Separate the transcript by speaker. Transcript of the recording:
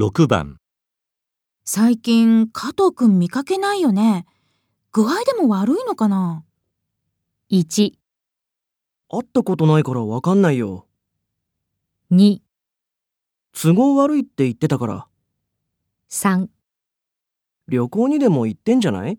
Speaker 1: 6番
Speaker 2: 最近加藤くん見かけないよね。具合でも悪いのかな
Speaker 3: 1、
Speaker 4: 会ったことないからわかんないよ。
Speaker 3: 2、
Speaker 4: 都合悪いって言ってたから、
Speaker 3: 3
Speaker 4: 旅行にでも行ってんじゃない